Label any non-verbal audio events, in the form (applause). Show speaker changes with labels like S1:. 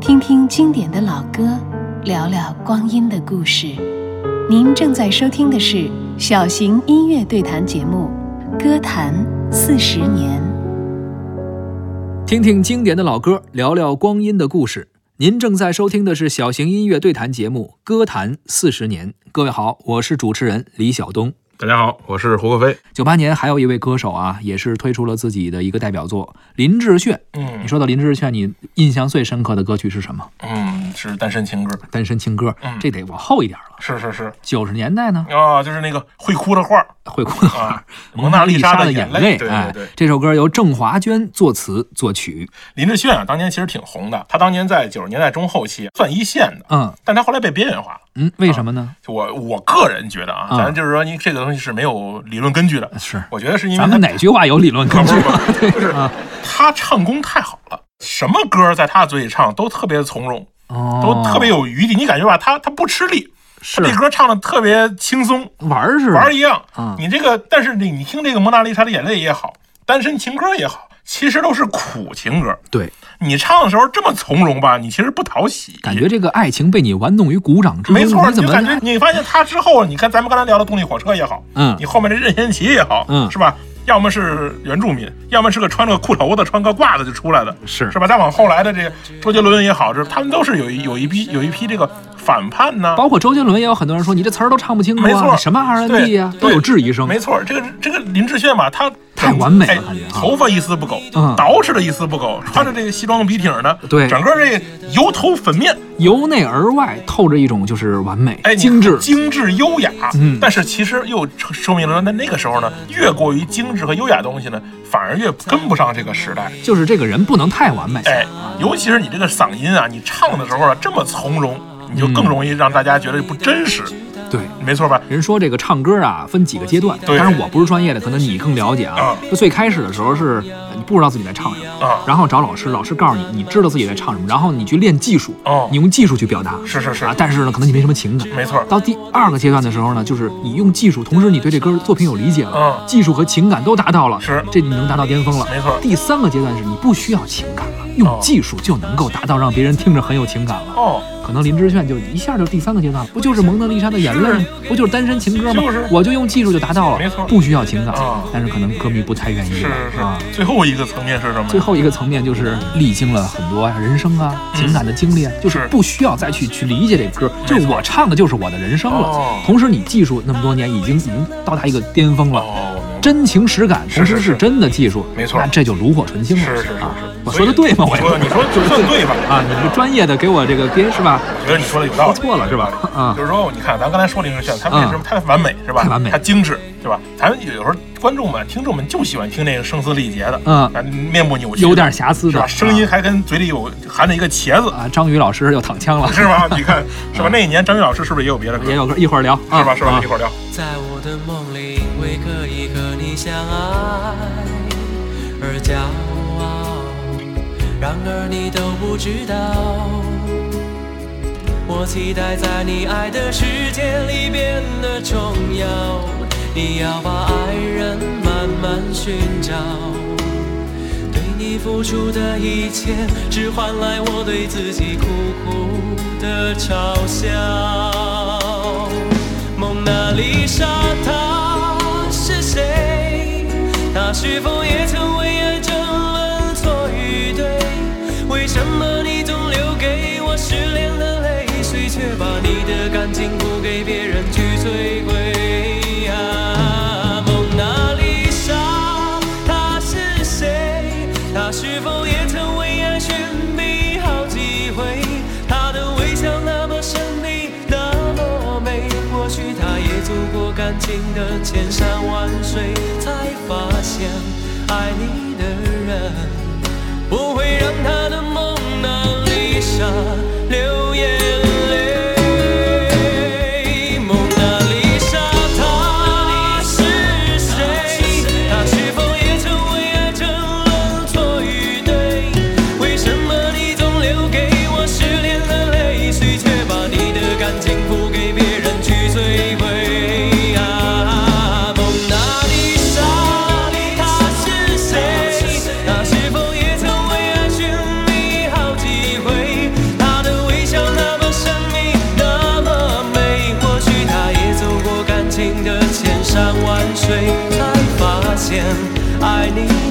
S1: 听听经典的老歌，聊聊光阴的故事。您正在收听的是小型音乐对谈节目《歌坛四十年》。
S2: 听听经典的老歌，聊聊光阴的故事。您正在收听的是小型音乐对谈节目《歌坛四十年》。各位好，我是主持人李晓东。
S3: 大家好，我是胡可飞。
S2: 九八年还有一位歌手啊，也是推出了自己的一个代表作林志炫。
S3: 嗯
S2: 你说到林志炫，你印象最深刻的歌曲是什么？
S3: 嗯，是单身情歌，
S2: 单身情歌，
S3: 嗯
S2: 这得往后一点了。
S3: 是是是
S2: 九十年代呢，
S3: 啊，就是那个会哭的画儿
S2: 会哭的花
S3: 啊
S2: 儿，，
S3: 蒙娜丽莎
S2: (laughs) 的
S3: 的眼
S2: 泪。
S3: 对
S2: 哎
S3: 对对，，
S2: 这首歌由郑华娟作词作曲。
S3: 林志炫啊，当年其实挺红的，他当年在九十年代中后期算一线的，
S2: 嗯
S3: 但他后来被边缘化了。
S2: 嗯，为什么呢？
S3: 就我我个人觉得啊，
S2: 啊
S3: 咱就是说，你这个东西是没有理论根据的。
S2: 是
S3: 我觉得哦是因为
S2: 咱们
S3: 他
S2: 哪句话有理论根据？
S3: 不是不是，
S2: 啊
S3: 他唱功太好了，什么歌在他嘴里唱都特别从容，
S2: 哦，
S3: 都特别有余地。你感觉吧，他他不吃力，
S2: 是
S3: 他这歌唱的特别轻松，
S2: 玩儿似的，
S3: 玩儿一样
S2: 啊
S3: 你这个，但是你你听这个《蒙娜丽莎的眼泪》也好，《单身情歌》也好，其实都是苦情歌。
S2: 对，
S3: 你唱的时候这么从容吧，你其实不讨喜。
S2: 感觉这个爱情被你玩弄于股掌之中，
S3: 没错，
S2: 你
S3: 你
S2: 怎
S3: 就
S2: 么
S3: 感觉你发现他之后，你看咱们刚才聊的动力火车也好，
S2: 嗯
S3: 你后面这任贤齐也好，
S2: 嗯
S3: 是吧？要么是原住民，要么是个穿着裤头的、穿个褂子就出来的，
S2: 是
S3: 是吧？再往后来的这个周杰伦也好，这他们都是有一有一批有一批这个反叛呢、
S2: 包括周杰伦也有很多人说你这词儿都唱不清楚啊，
S3: 没错
S2: 什么 R&B 呀、啊
S3: 对
S2: 都有质疑声。
S3: 没错，这个这个林志炫吧，他
S2: 太完美了
S3: 哎
S2: 感觉啊
S3: 头发一丝不苟，
S2: 嗯
S3: 捯饬的一丝不苟，穿着这个西装笔挺的，
S2: 对
S3: 整个这油头粉面，
S2: 由内而外透着一种就是完美、
S3: 哎，你
S2: 精致。
S3: 精致优雅。
S2: 嗯
S3: 但是其实又说明了，那那个时候呢，越过于精致和优雅的东西呢，反而越跟不上这个时代。
S2: 就是这个人不能太完美，
S3: 哎，尤其是你这个嗓音啊，你唱的时候啊这么从容，你就更容易让大家觉得不真实，
S2: 对。
S3: 没错吧？
S2: 人说这个唱歌啊分几个阶段，当
S3: 对
S2: 然我不是专业的，可能你更了解啊
S3: 啊。
S2: 就最开始的时候是呃你不知道自己在唱什么，
S3: 啊，
S2: 然后找老师，老师告诉你你知道自己在唱什么，然后你去练技术，
S3: 哦
S2: 你用技术去表达，
S3: 是是是
S2: 啊，但是呢可能你没什么情感，
S3: 没错。
S2: 到第二个阶段的时候呢，就是你用技术，同时你对这歌作品有理解了，
S3: 嗯
S2: 技术和情感都达到了，
S3: 是
S2: 这你能达到巅峰了。
S3: 没错
S2: 第三个阶段是你不需要情感了，用技术就能够达到让别人听着很有情感了。
S3: 哦，
S2: 可能林志炫就一下就第三个阶段了，不就是蒙娜丽莎的眼泪吗？不就是单身情歌吗？
S3: 就是
S2: 我就用技术就达到了，
S3: 没错
S2: 不需要情感。
S3: 啊
S2: 但是可能歌迷不太愿意
S3: 是是是。
S2: 啊。
S3: 最后一个层面是什么呀？
S2: 最后一个层面就是历经了很多啊人生啊情感的经历啊，就是
S3: 嗯是
S2: 不需要再去去理解这歌，就是我唱的就是我的人生了
S3: 哦。
S2: 同时，你技术那么多年已经已经到达一个巅峰了。
S3: 哦，我明白。
S2: 真情实感，同时
S3: 是
S2: 是真的技术，
S3: 没错
S2: 那这就炉火纯青了。
S3: 是是是
S2: 啊
S3: 是
S2: 我
S3: 所
S2: 说
S3: 以
S2: 的对吗？我
S3: 你说
S2: 也
S3: 你说就算对吧？
S2: 啊，你们专业的给我这个编是吧？
S3: 我觉得你说的有道理，
S2: 说错了是吧啊
S3: 就是说，你看咱刚才说林志炫，他为什么太完美是吧？
S2: 嗯太完美
S3: 他精致是吧？咱们有时候观众们、听众们就喜欢听那个声嘶力竭的，
S2: 嗯
S3: 啊，面部扭曲，
S2: 有点瑕疵
S3: 是吧？
S2: 的
S3: 声音还跟嘴里有含着一个茄子，
S2: 啊。张宇老师又躺枪了，
S3: 是吧？你看是吧？那一年张宇老师是不是也有别的歌？
S2: 嗯也
S3: 是
S2: 有歌，一会儿聊啊，
S3: 吧？是吧
S2: 啊？
S3: 一会儿聊。
S4: 在我的梦里，为可以和你相爱而骄傲，然而你都不知道。我期待在你爱的世界里变得重要，你要把爱人慢慢寻找。对你付出的一切，只换来我对自己苦苦的嘲笑。蒙娜丽莎，她是谁？她是否也曾为爱争论错与对？为什么你总留给我失恋的泪水，却把你的感情付给别人去摧毁？啊，蒙娜丽莎，她是谁？她是否也曾为爱寻觅好几回？她的微笑那么神秘，那么美，或许她也走过感情的千山万水，才发现爱你的人不会让她的蒙娜丽莎流眼泪。蒙娜丽莎，她是谁？她是否也曾为爱争论错与对？为什么你总留给我失恋的泪水，却把你的感情付给别人去摧毁？啊，蒙娜丽莎，她是谁？她是否也曾为爱寻觅好几回？她你。